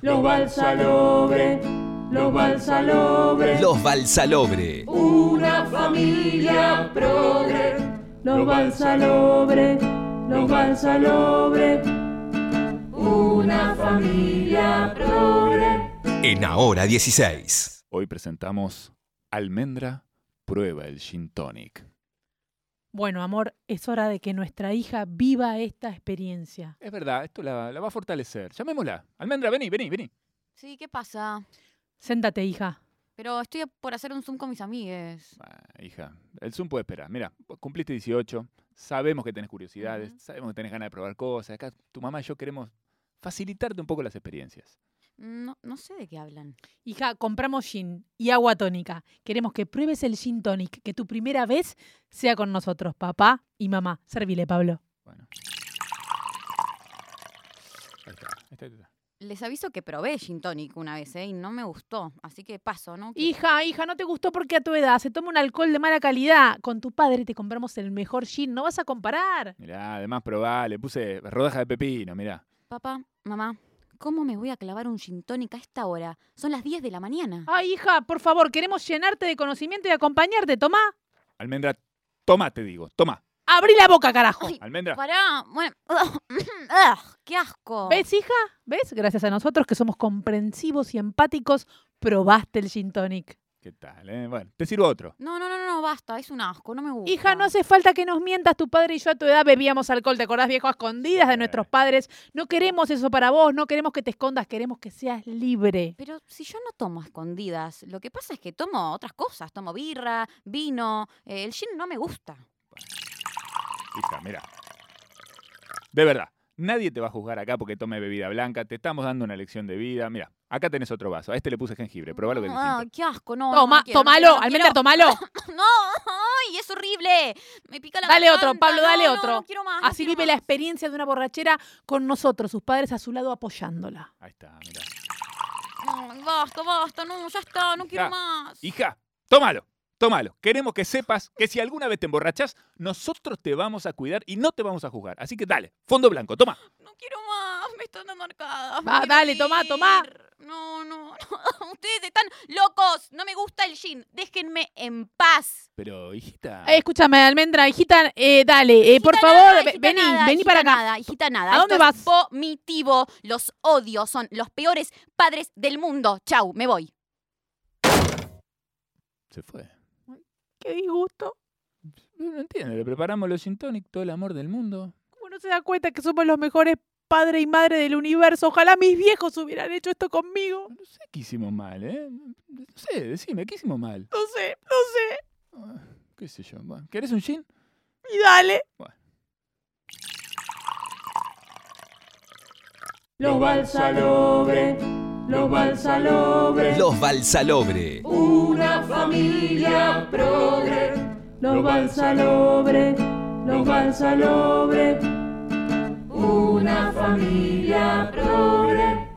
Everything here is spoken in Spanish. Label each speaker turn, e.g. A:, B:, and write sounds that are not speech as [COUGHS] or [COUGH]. A: Los Balsalobre, los Balsalobre,
B: Los Balsalobre.
A: una familia progre. Los Balsalobre, los Balsalobre, una familia progre.
B: En Ahora 16.
C: Hoy presentamos Almendra prueba el gin tonic.
D: Bueno, amor, es hora de que nuestra hija viva esta experiencia.
C: Es verdad, esto la, la va a fortalecer. Llamémosla. Almendra, vení, vení, vení.
E: Sí, ¿qué pasa?
D: Séntate, hija.
E: Pero estoy por hacer un Zoom con mis amigues.
C: Ah, hija, el Zoom puede esperar. Mira, vos cumpliste 18, sabemos que tenés curiosidades,
E: Ujú.
C: sabemos que tenés ganas de probar cosas. Acá tu mamá y yo queremos facilitarte un poco las experiencias.
E: No, no sé de qué hablan.
D: Hija, compramos gin y agua tónica. Queremos que pruebes el gin tonic, que tu primera vez sea con nosotros, papá y mamá. Servile, Pablo.
C: Bueno. Ahí está, ahí está, ahí está.
E: Les aviso que probé gin tonic una vez, ¿eh? Y no me gustó. Así que paso, ¿no? quiero.
D: Hija, hija, no te gustó porque a tu edad se toma un alcohol de mala calidad. Con tu padre te compramos el mejor gin, no vas a comparar.
C: Mirá, además probá, le puse rodaja de pepino, mirá.
E: Papá, mamá, ¿cómo me voy a clavar un gin tonic a esta hora? Son las 10 de la mañana.
D: Ay, hija, por favor, queremos llenarte de conocimiento y acompañarte. Tomá,
C: Almendra, toma, te digo, toma.
D: abrí la boca, carajo.
E: Ay,
C: Almendra,
E: Pará,
D: [COUGHS]
E: bueno. ugh, ¡Qué asco!
D: ¿Ves, hija? ¿Ves? Gracias a nosotros que somos comprensivos y empáticos, probaste el gin tonic.
C: ¿qué tal? eh? Bueno, te sirvo otro.
E: No, no, no, no, no, basta, es un asco, no me gusta.
D: Hija, no hace falta que nos mientas. Tu padre y yo a tu edad bebíamos alcohol, ¿te acordás, viejo? A escondidas de
C: Sí.
D: nuestros padres. No queremos eso para vos, no queremos que te escondas, queremos que seas libre.
E: Pero si yo no tomo a escondidas, lo que pasa es que tomo otras cosas, tomo birra, vino, eh, el gin no me gusta.
C: Hija, mira. De verdad, nadie te va a juzgar acá porque tome bebida blanca. Te estamos dando una lección de vida. Mira, acá tenés otro vaso. A este le puse jengibre. Probá lo que es
E: Ah,
C: distinto.
E: qué asco, no. no,
D: Toma,
E: no quiero, no
D: tomalo,
E: quiero, no
D: Almendra,
E: quiero. [LAUGHS]
D: tomalo.
E: No, ay, es horrible. Me pica la
D: Dale otro,
E: garganta,
D: Pablo,
E: no,
D: dale
E: no,
D: otro.
E: no quiero más, no
D: Así
E: quiero
D: vive la
E: más.
D: experiencia de una borrachera con nosotros, sus padres a su lado apoyándola.
C: Ahí está, mira.
D: ah.
E: No, basta, basta, no, ya está, no quiero
C: Hija,
E: más.
C: Hija, tómalo. Tómalo. Queremos que sepas que si alguna vez te emborrachás, nosotros te vamos a cuidar y no te vamos a juzgar. Así que dale, fondo blanco, toma.
E: No quiero más, me están dando arcadas. me
D: Va,
E: quiero
D: dale, tomá, tomá.
E: ir. No, no, no, [LAUGHS] ustedes están locos. No me gusta el gin. Déjenme en paz.
C: Pero, hijita.
D: Eh, escúchame, Almendra, hijita, eh, dale, eh, por
E: Hijita
D: favor,
E: nada,
D: ve-
E: hijita
D: vení,
E: nada,
D: vení
E: hijita
D: para acá.
E: Nada, hijita nada.
D: ¿A dónde
E: Esto es
D: vas?
E: vomitivo. Los odio. Son los peores padres del mundo. Chau, me voy.
C: Se fue.
D: Qué disgusto.
C: No entiende, le preparamos los gin tonic, todo el amor del mundo.
D: ¿Cómo no se da cuenta que somos los mejores padre y madre del universo? Ojalá mis viejos hubieran hecho esto conmigo.
C: No sé qué hicimos mal, ¿eh? No sé, decime, ¿qué hicimos mal?
D: No sé, no sé.
C: Ah, ¿Qué sé yo? bueno, ¿Querés un gin?
D: Y dale.
A: Los Balsalobre, los Balsalobre,
B: Los Balsalobre.
A: una familia progre. Los Balsalobre, los Balsalobre, una familia progre.